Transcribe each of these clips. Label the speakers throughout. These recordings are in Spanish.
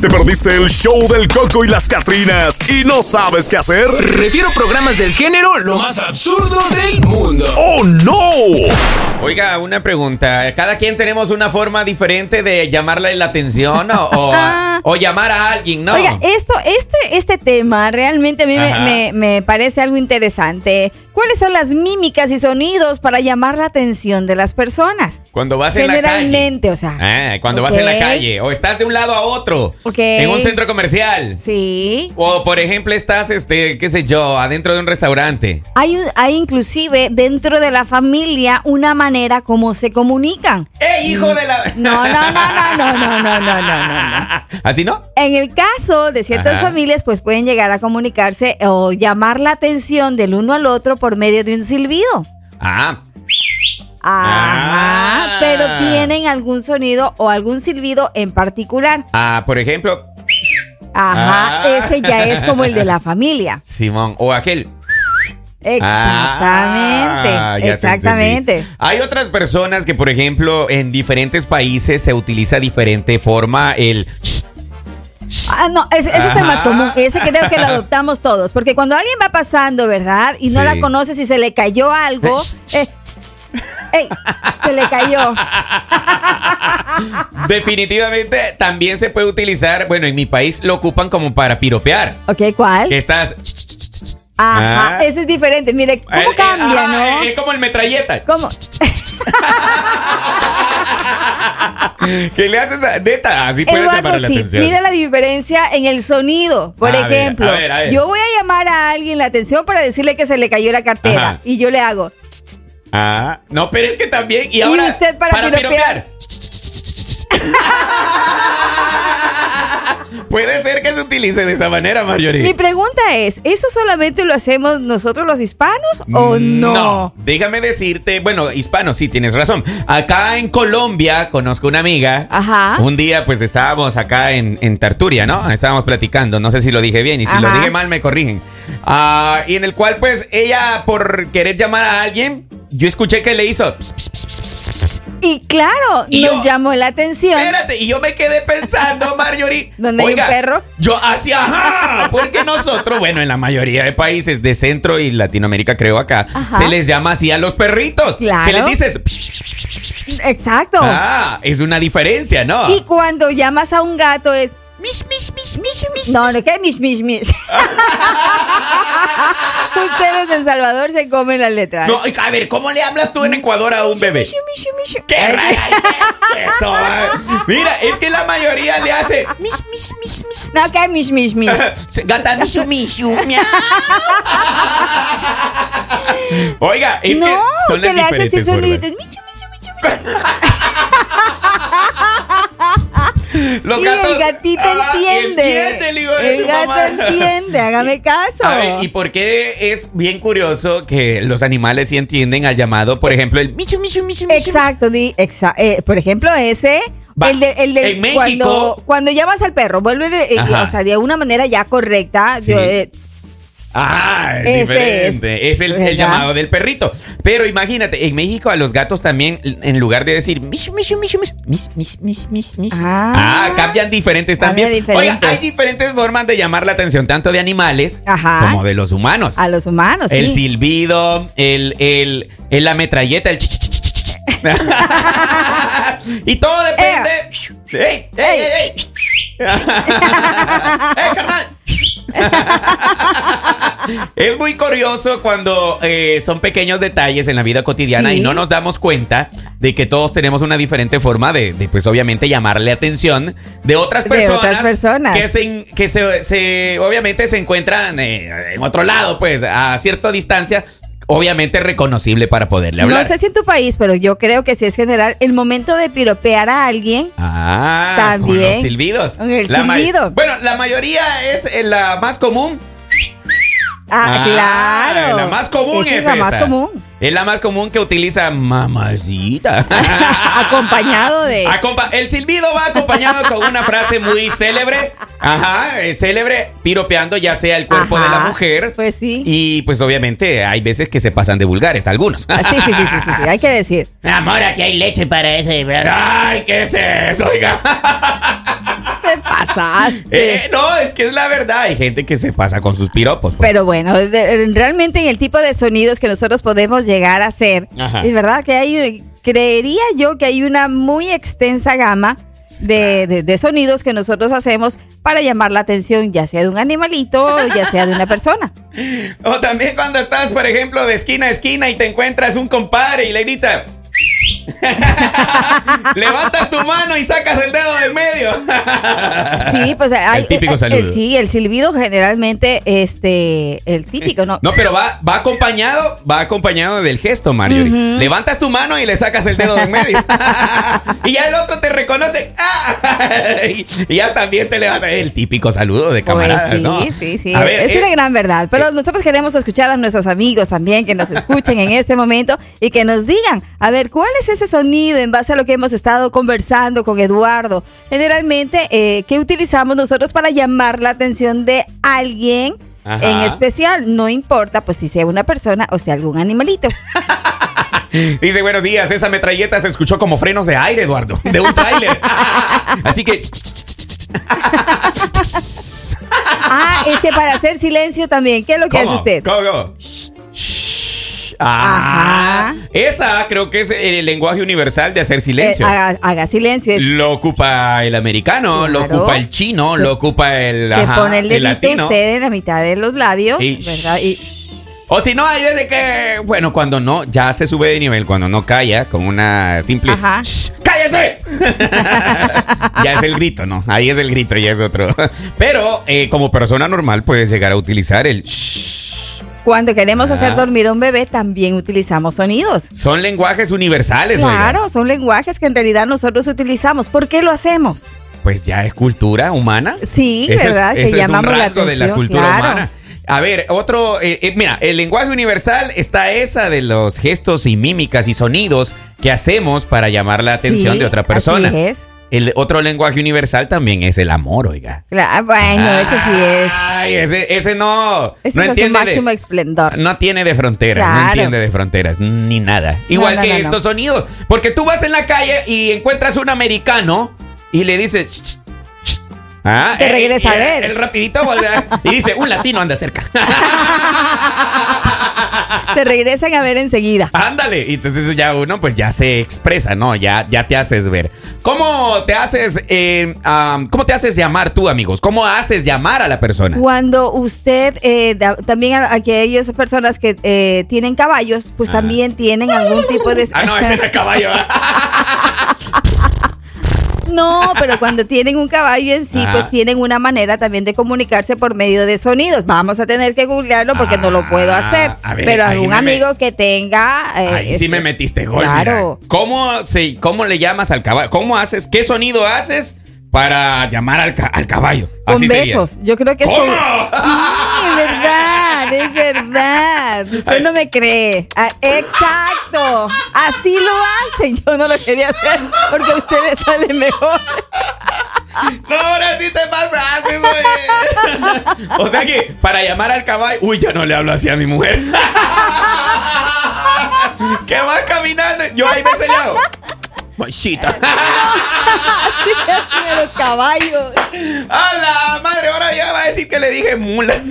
Speaker 1: ¿Te perdiste el show del Coco y las Catrinas y no sabes qué hacer?
Speaker 2: Refiero programas del género lo más absurdo del mundo.
Speaker 1: ¡Oh, no!
Speaker 3: Oiga, una pregunta. ¿Cada quien tenemos una forma diferente de llamarle la atención o, o, a- o llamar a alguien, no?
Speaker 4: Oiga, esto, este, este tema realmente a mí me,
Speaker 3: Ajá.
Speaker 4: me- me parece algo interesante. ¿Cuáles son las mímicas y sonidos para llamar la atención de las personas?
Speaker 3: Cuando vas en la calle.
Speaker 4: Generalmente, o sea.
Speaker 3: Ah, cuando vas en la
Speaker 4: Ok.
Speaker 3: calle. O estás de un lado a otro.
Speaker 4: Ok.
Speaker 3: En un centro comercial.
Speaker 4: Sí.
Speaker 3: O, por ejemplo, estás, este, qué sé yo, adentro de un restaurante.
Speaker 4: Hay, un- hay inclusive dentro de la familia una manera como se comunican.
Speaker 3: ¡Eh, hijo de la...!
Speaker 4: Mm. No, no, no, no, no, no, no, no, no, no. no.
Speaker 3: ¿Así no?
Speaker 4: En el caso de ciertas
Speaker 3: Ajá.
Speaker 4: familias, pues pueden llegar a comunicarse o llamar la atención del uno al otro por medio de un silbido.
Speaker 3: Ah, Ah.
Speaker 4: Ajá, pero tienen algún sonido o algún silbido en particular.
Speaker 3: ah, por ejemplo,
Speaker 4: Ajá,
Speaker 3: Ah.
Speaker 4: ese ya es como el de la familia.
Speaker 3: Simón. O aquel...
Speaker 4: Exactamente,
Speaker 3: Ah, ya te
Speaker 4: exactamente.
Speaker 3: entendí. Hay otras personas que, por ejemplo, en diferentes países se utiliza diferente forma el...
Speaker 4: Ah, no, ese, ese es el más
Speaker 3: Ajá.
Speaker 4: común. Ese creo que lo adoptamos todos. Porque cuando alguien va pasando, ¿verdad? Y no
Speaker 3: Sí.
Speaker 4: la conoces y se le cayó algo. eh, ey, se le cayó.
Speaker 3: Definitivamente también se puede utilizar, bueno, en mi país lo ocupan como para piropear.
Speaker 4: Ok,
Speaker 3: Que
Speaker 4: ¿cuál?
Speaker 3: estás...
Speaker 4: Ajá,
Speaker 3: Ah.
Speaker 4: ese es diferente. Mire, ¿cómo
Speaker 3: Eh, eh,
Speaker 4: cambia,
Speaker 3: ajá,
Speaker 4: no?
Speaker 3: eh, Es como el metralleta.
Speaker 4: ¿Cómo?
Speaker 3: Que le haces a... Neta, así puedes
Speaker 4: Eduardo,
Speaker 3: llamar la
Speaker 4: sí,
Speaker 3: atención.
Speaker 4: mira la diferencia en el sonido. Por
Speaker 3: A ver,
Speaker 4: ejemplo,
Speaker 3: a ver, a ver.
Speaker 4: yo voy a llamar a alguien la atención para decirle que se le cayó la cartera.
Speaker 3: Ajá.
Speaker 4: Y yo le hago.
Speaker 3: Ah, no, pero es que también... Y,
Speaker 4: Y
Speaker 3: ahora,
Speaker 4: usted para piropear.
Speaker 3: piropear. puede ser que se utilice de esa manera, Marjorie.
Speaker 4: Mi pregunta es: ¿eso solamente lo hacemos nosotros los hispanos o Oh, no?
Speaker 3: Déjame decirte, bueno, hispano, sí, tienes razón. Acá en Colombia conozco una amiga.
Speaker 4: Ajá.
Speaker 3: Un día, pues estábamos acá en, en Tarturia, ¿no? Estábamos platicando. No sé si lo dije bien y si lo
Speaker 4: Ajá.
Speaker 3: dije mal, me corrigen. Ah, y en el cual, pues, ella, por querer llamar a alguien, yo escuché que le hizo. "Ps, ps, ps, ps, ps, ps, ps".
Speaker 4: Y claro,
Speaker 3: Y
Speaker 4: nos
Speaker 3: yo-
Speaker 4: llamó la atención.
Speaker 3: Espérate, y yo me quedé pensando, Marjorie.
Speaker 4: ¿Dónde hay un
Speaker 3: oiga,
Speaker 4: perro?
Speaker 3: Yo hacia ajá. Porque nosotros, bueno, en la mayoría de países de Centro y Latinoamérica, creo acá,
Speaker 4: Ajá.
Speaker 3: se les llama así a los perritos.
Speaker 4: Claro.
Speaker 3: Que les dices.
Speaker 4: Exacto.
Speaker 3: Ah, es una diferencia, ¿no?
Speaker 4: Y cuando llamas a un gato es. Mish, mish, mish, mish, mish. No, no, ¿qué mish, mish, mish? Ustedes en Salvador se comen las letras.
Speaker 3: No, a ver, ¿cómo le hablas tú en Ecuador a un bebé?
Speaker 4: Mishu, mishu, mishu, mishu.
Speaker 3: ¿Qué rayos es eso? Mira, es que la mayoría le hace.
Speaker 4: Mish, mish, mish, mish. No, que mish, mish, mish.
Speaker 3: Gata mishu mishu miau. Oiga, es que
Speaker 4: no,
Speaker 3: son
Speaker 4: que
Speaker 3: las
Speaker 4: le hace así
Speaker 3: diferentes formas.
Speaker 4: soniditos. Michu, michu, michu, michu.
Speaker 3: Los
Speaker 4: y
Speaker 3: gatos-
Speaker 4: el gatito
Speaker 3: Ah,
Speaker 4: entiende.
Speaker 3: entiende el hijo de
Speaker 4: el
Speaker 3: su
Speaker 4: gato
Speaker 3: mamá.
Speaker 4: entiende, hágame caso.
Speaker 3: A ver, ¿y por qué es bien curioso que los animales sí entienden al llamado, por ejemplo, el michu, michu, michu, michu?
Speaker 4: Exacto, di, exa- eh, por ejemplo, ese.
Speaker 3: Va.
Speaker 4: El de, el de
Speaker 3: En México-
Speaker 4: cuando, cuando llamas al perro, vuelve, eh,
Speaker 3: Ajá.
Speaker 4: o sea, de una manera ya correcta.
Speaker 3: Sí.
Speaker 4: yo, eh,
Speaker 3: Ah, es
Speaker 4: Ese
Speaker 3: diferente. Es,
Speaker 4: es,
Speaker 3: el, el
Speaker 4: ¿verdad?
Speaker 3: llamado del perrito. Pero imagínate, en México a los gatos también, en lugar de decir michu, michu, michu, michu, mis, mis, mis, mis, mis. Ah,
Speaker 4: Ah.
Speaker 3: cambian diferentes
Speaker 4: Cambia
Speaker 3: también. Oiga,
Speaker 4: diferente.
Speaker 3: hay diferentes formas de llamar la atención, tanto de animales
Speaker 4: Ajá.
Speaker 3: como de los humanos.
Speaker 4: a los humanos,
Speaker 3: El
Speaker 4: sí.
Speaker 3: silbido, el, el, el- la metralleta, el ch- ch- ch- ch- ch- ch- Y todo depende. ¡Ey! ¡Ey! ¡Ey! ey. ¡Eh, carnal! es muy curioso cuando eh, son pequeños detalles en la vida cotidiana
Speaker 4: Sí.
Speaker 3: y no nos damos cuenta de que todos tenemos una diferente forma de, de, pues obviamente llamarle atención de otras
Speaker 4: De
Speaker 3: personas,
Speaker 4: otras personas.
Speaker 3: que se en- que se, se- obviamente se encuentran eh, en otro lado, pues a cierta distancia, obviamente reconocible para poderle hablar.
Speaker 4: No sé si en tu país, pero yo creo que sí es general. El momento de piropear a alguien
Speaker 3: Ah,
Speaker 4: También.
Speaker 3: con los silbidos.
Speaker 4: Con el
Speaker 3: ma-
Speaker 4: silbido.
Speaker 3: Bueno, la mayoría es eh, la más común.
Speaker 4: Ah, claro.
Speaker 3: La más común
Speaker 4: Esa
Speaker 3: es,
Speaker 4: es la más
Speaker 3: esa.
Speaker 4: común.
Speaker 3: Es la más común que utiliza mamacita.
Speaker 4: acompañado de.
Speaker 3: Acompa- Ah, el silbido va acompañado con una frase muy célebre. Ajá, eh, célebre, piropeando ya sea el cuerpo de la
Speaker 4: Ajá,
Speaker 3: mujer.
Speaker 4: pues sí.
Speaker 3: Y pues obviamente hay veces que se pasan de vulgares, algunos.
Speaker 4: Ah, sí, sí, sí, sí, sí, sí, hay que decir.
Speaker 3: Amor, aquí hay leche para ese. Ay, ¿qué es eso, oiga?
Speaker 4: Se pasa. pasaste.
Speaker 3: Eh,
Speaker 4: Pues.
Speaker 3: no, es que es la verdad. Hay gente que se pasa con sus piropos. pues.
Speaker 4: Pero bueno, de- realmente en el tipo de sonidos que nosotros podemos llegar a hacer,
Speaker 3: Ajá.
Speaker 4: es verdad que hay, creería yo que hay una muy extensa gama de, de- de sonidos que nosotros hacemos para llamar la atención, ya sea de un animalito o ya sea de una persona.
Speaker 3: O también cuando estás, por ejemplo, de esquina a esquina y te encuentras un compadre y le grita. Levantas tu mano y sacas el dedo del medio.
Speaker 4: Sí, pues hay,
Speaker 3: El típico
Speaker 4: eh, eh,
Speaker 3: saludo.
Speaker 4: sí, el silbido generalmente, este, el típico, ¿no?
Speaker 3: No, pero va, va acompañado, va acompañado del gesto, Mario. Levantas tu mano y le sacas el dedo del medio. y ya el otro te reconoce. y, y ya también te levanta el típico saludo de
Speaker 4: Pues
Speaker 3: camaradas,
Speaker 4: sí,
Speaker 3: ¿no?
Speaker 4: sí, sí.
Speaker 3: A ver,
Speaker 4: es
Speaker 3: eh,
Speaker 4: una gran verdad. Pero nosotros queremos escuchar a nuestros amigos también que nos escuchen en este momento y que nos digan, a ver, ¿cuál es ese sonido en base a lo que hemos estado conversando con Eduardo? Generalmente, eh, ¿qué utilizamos nosotros para llamar la atención de alguien?
Speaker 3: Ajá.
Speaker 4: En especial, no importa pues si sea una persona o sea algún animalito.
Speaker 3: Dice, buenos días, esa metralleta se escuchó como frenos de aire, Eduardo, de un tráiler. Así que...
Speaker 4: Ah, es que para hacer silencio también, ¿qué es lo que hace
Speaker 3: ¿Cómo?
Speaker 4: usted?
Speaker 3: ¿Cómo, cómo? Shh. Ah,
Speaker 4: Ajá.
Speaker 3: esa creo que es el lenguaje universal de hacer silencio.
Speaker 4: Eh, haga, haga silencio. es-
Speaker 3: Lo ocupa el americano, lo
Speaker 4: Claro.
Speaker 3: ocupa el chino,
Speaker 4: Se-
Speaker 3: lo ocupa el,
Speaker 4: se
Speaker 3: ajá,
Speaker 4: pone el
Speaker 3: el
Speaker 4: dedito
Speaker 3: latino.
Speaker 4: usted en la mitad de los labios,
Speaker 3: Y-
Speaker 4: ¿verdad? Y,
Speaker 3: O si no, hay veces que, bueno, cuando no, ya se sube de nivel, cuando no calla con una simple...
Speaker 4: Ajá.
Speaker 3: "Shh, ¡Cállate! ya es el grito, ¿no? Ahí es el grito, ya es otro. Pero eh, como persona normal puedes llegar a utilizar el... "Shh".
Speaker 4: Cuando queremos
Speaker 3: Ah.
Speaker 4: hacer dormir a un bebé, también utilizamos sonidos.
Speaker 3: Son lenguajes universales, oiga.
Speaker 4: Claro, son lenguajes que en realidad nosotros utilizamos. ¿Por qué lo hacemos?
Speaker 3: Pues ya es cultura humana.
Speaker 4: Sí,
Speaker 3: Eso es-
Speaker 4: ¿verdad? Que
Speaker 3: eso es un
Speaker 4: llamamos la
Speaker 3: rasgo de la
Speaker 4: atención,
Speaker 3: cultura
Speaker 4: claro.
Speaker 3: humana. A ver, otro, eh, eh, mira, el lenguaje universal está esa de los gestos y mímicas y sonidos que hacemos para llamar la atención
Speaker 4: Sí,
Speaker 3: de otra persona.
Speaker 4: así es.
Speaker 3: El otro lenguaje universal también es el amor, oiga.
Speaker 4: Cla- ah, bueno, Eh, ese sí es.
Speaker 3: Ay, ese, ese no, Ah. no
Speaker 4: Ese es a su
Speaker 3: entiende de-
Speaker 4: máximo esplendor.
Speaker 3: no tiene de fronteras, no
Speaker 4: Claro.
Speaker 3: entiende de fronteras, ni nada. Igual
Speaker 4: no,
Speaker 3: que
Speaker 4: no, no.
Speaker 3: estos sonidos. Porque tú vas en la calle y encuentras un americano y le dices. "Ch, ch, ch". Ah,
Speaker 4: Te
Speaker 3: eh,
Speaker 4: regresa
Speaker 3: y
Speaker 4: a
Speaker 3: el-
Speaker 4: ver.
Speaker 3: El rapidito voltea y dice, un latino anda cerca. Ah.
Speaker 4: Te regresan a ver enseguida.
Speaker 3: Ándale. Y entonces eso ya uno pues ya se expresa, ¿no? Ya, ya te haces ver. ¿Cómo te haces, eh, am, cómo te haces llamar tú, amigos? ¿Cómo haces llamar a la persona?
Speaker 4: Cuando usted, eh, da- también a a aquellas personas que eh, tienen caballos, pues también tienen algún tipo de...
Speaker 3: Ah, no, ese no es caballo.
Speaker 4: No, pero cuando tienen un caballo en sí,
Speaker 3: Ajá.
Speaker 4: pues tienen una manera también de comunicarse por medio de sonidos. Vamos a tener que googlearlo porque no lo puedo
Speaker 3: Ah,
Speaker 4: hacer.
Speaker 3: a ver,
Speaker 4: pero
Speaker 3: ahí
Speaker 4: algún
Speaker 3: me
Speaker 4: amigo que tenga. eh,
Speaker 3: Ahí sí
Speaker 4: este-
Speaker 3: me metiste gol.
Speaker 4: Claro.
Speaker 3: mira. ¿Cómo, se, ¿Cómo le llamas al caballo? ¿Cómo haces? ¿Qué sonido haces para llamar al, ca- al caballo?
Speaker 4: Con
Speaker 3: Así sería.
Speaker 4: besos. Yo creo que es
Speaker 3: ¿Cómo?
Speaker 4: como- Sí, es verdad, es verdad. Usted
Speaker 3: Ay.
Speaker 4: no me cree. Ah, exacto. Así lo hacen. Yo no lo quería hacer porque a usted le sale mejor.
Speaker 3: No, ahora sí te pasaste, oye. o sea que para llamar al caballo. Uy, ya no le hablo así a mi mujer. que va caminando. Yo ahí me he sellado. Mochita.
Speaker 4: Así que hacen a los caballos.
Speaker 3: ¡A la madre! Ahora ya va a decir que le dije mula.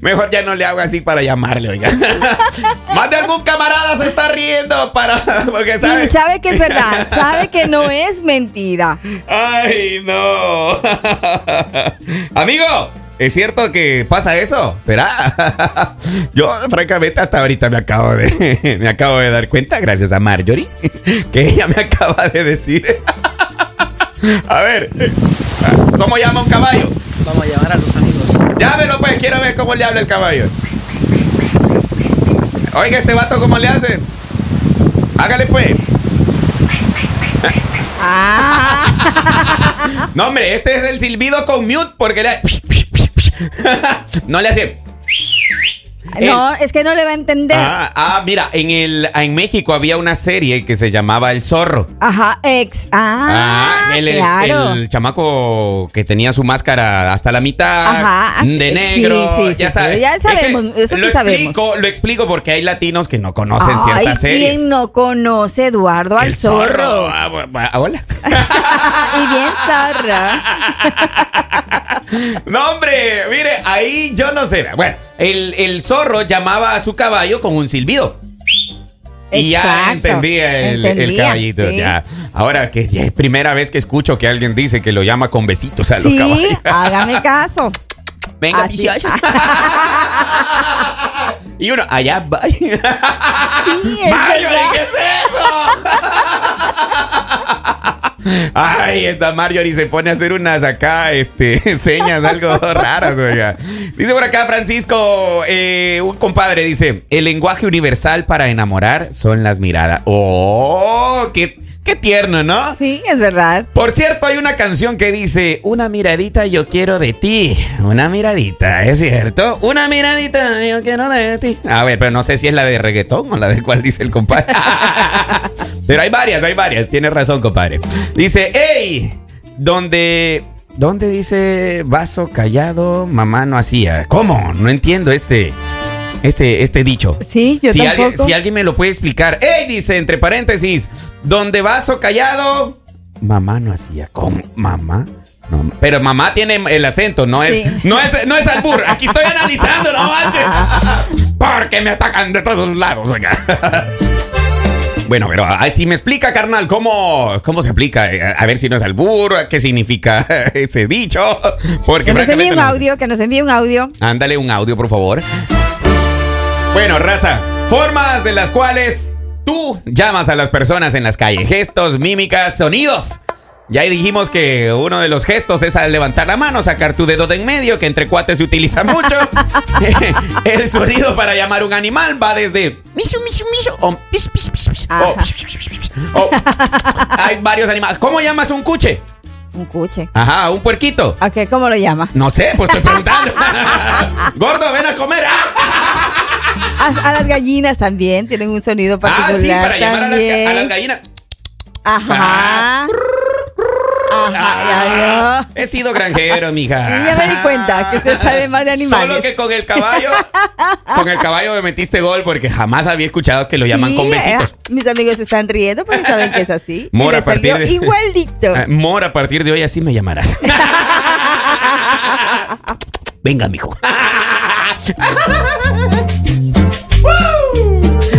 Speaker 3: Mejor ya no le hago así para llamarle, oiga. Más de algún camarada se está riendo para. Porque sabe.
Speaker 4: Y sabe que es verdad. Sabe que no es mentira.
Speaker 3: ¡Ay, no! Amigo, ¿es cierto que pasa eso? ¿Será? Yo, francamente, hasta ahorita me acabo de. Me acabo de dar cuenta, gracias a Marjorie, que ella me acaba de decir. A ver, ¿cómo llama un caballo?
Speaker 5: Vamos a llamar a los amigos.
Speaker 3: Llámelo pues, quiero ver cómo le habla el caballo. Oiga, este vato, ¿cómo le hace? Hágale pues.
Speaker 4: Ah.
Speaker 3: No, hombre, este es el silbido con mute porque le... No le hace...
Speaker 4: No, es que no le va a entender.
Speaker 3: Eh, Ah, ah, mira, en, el, en México había una serie que se llamaba El Zorro.
Speaker 4: Ajá, ex. Ah,
Speaker 3: Ah, el, el-
Speaker 4: claro.
Speaker 3: el chamaco que tenía su máscara hasta la mitad
Speaker 4: Ajá, ah,
Speaker 3: de
Speaker 4: sí,
Speaker 3: negro.
Speaker 4: sí, sí,
Speaker 3: ya
Speaker 4: sí,
Speaker 3: sabes.
Speaker 4: ya
Speaker 3: Es que
Speaker 4: sabemos, eso sí
Speaker 3: lo
Speaker 4: sabemos.
Speaker 3: Explico, lo explico porque hay latinos que no conocen
Speaker 4: Ay,
Speaker 3: ciertas series.
Speaker 4: ¿Quién no conoce a Eduardo al
Speaker 3: El
Speaker 4: zorro?
Speaker 3: zorro. Ah, bu- bu- ah, Hola.
Speaker 4: y bien zorro.
Speaker 3: No, hombre, mire, ahí yo no sé. Bueno, el, el zorro llamaba a su caballo con un silbido. Y ya
Speaker 4: Exacto.
Speaker 3: entendía el, el
Speaker 4: Entendía,
Speaker 3: caballito.
Speaker 4: sí.
Speaker 3: Ya. Ahora que ya es primera vez que escucho que alguien dice que lo llama con besitos a los
Speaker 4: Sí,
Speaker 3: caballos.
Speaker 4: hágame caso.
Speaker 3: Venga,
Speaker 4: así. ah.
Speaker 3: precioso. y uno, allá va.
Speaker 4: Sí, es
Speaker 3: Marjorie,
Speaker 4: verdad.
Speaker 3: ¿qué es eso? Ay, esta Marjorie se pone a hacer unas acá, este, señas algo raras, oiga. Dice por acá Francisco, eh, un compadre, dice, el lenguaje universal para enamorar son las miradas. ¡Oh! ¡Qué, qué tierno, ¿no?
Speaker 4: Sí, es verdad.
Speaker 3: Por cierto, hay una canción que dice, una miradita yo quiero de ti. Una miradita, ¿es cierto? Una miradita yo quiero de ti. A ver, pero no sé si es la de reggaetón o la de cuál dice el compadre. pero hay varias, hay varias. Tienes razón, compadre. Dice, hey, donde... ¿Dónde dice vaso callado, mamá no hacía? ¿Cómo? No entiendo este, este, este dicho
Speaker 4: Sí, yo
Speaker 3: si,
Speaker 4: tampoco.
Speaker 3: alguien, si alguien me lo puede explicar. ¡Ey! Dice, entre paréntesis, donde vaso callado. Mamá no hacía con mamá. no, pero mamá tiene el acento, no es,
Speaker 4: Sí.
Speaker 3: no es, no es albur. Aquí estoy analizando, no manches. Porque me atacan de todos lados, oiga. Bueno, pero ahí sí me explica, carnal, cómo, cómo se aplica. Eh, A ver si no es albur, qué significa ese dicho. Porque
Speaker 4: que nos envíe
Speaker 3: francamente
Speaker 4: un
Speaker 3: no sé.
Speaker 4: audio, que nos envíe un audio.
Speaker 3: Ándale un audio, por favor. Bueno, raza, formas de las cuales tú llamas a las personas en las calles. Gestos, mímicas, sonidos. Ya ahí dijimos que uno de los gestos es al levantar la mano, sacar tu dedo de en medio, que entre cuates se utiliza mucho. El sonido para llamar un animal va desde misu, misu, misu, o pis, pis, pis, pis, o
Speaker 4: Ajá.
Speaker 3: pis, pis, pis, pis, o- Hay varios animales. ¿Cómo llamas un cuche?
Speaker 4: Un cuche.
Speaker 3: Ajá, un puerquito.
Speaker 4: ¿A qué? ¿Cómo lo llama?
Speaker 3: No sé, pues estoy preguntando. Gordo, ven a comer. Ah,
Speaker 4: A, a las gallinas también tienen un sonido particular.
Speaker 3: Ah, sí, para llamar a las,
Speaker 4: también.
Speaker 3: ga- a las gallinas. Ah.
Speaker 4: Ajá. Ajá, ya vio.
Speaker 3: He sido granjero, mija.
Speaker 4: Sí, ya me di cuenta que usted sabe más de animales.
Speaker 3: Solo que con el caballo, con el caballo me metiste gol porque jamás había escuchado que lo llaman
Speaker 4: Sí,
Speaker 3: con besitos.
Speaker 4: eh, mis amigos se están riendo porque saben que es así. Y
Speaker 3: Mora,
Speaker 4: le
Speaker 3: a partir
Speaker 4: salió
Speaker 3: de-
Speaker 4: Igualdito.
Speaker 3: Ah, Mor, a partir de hoy así me llamarás. Venga, mijo.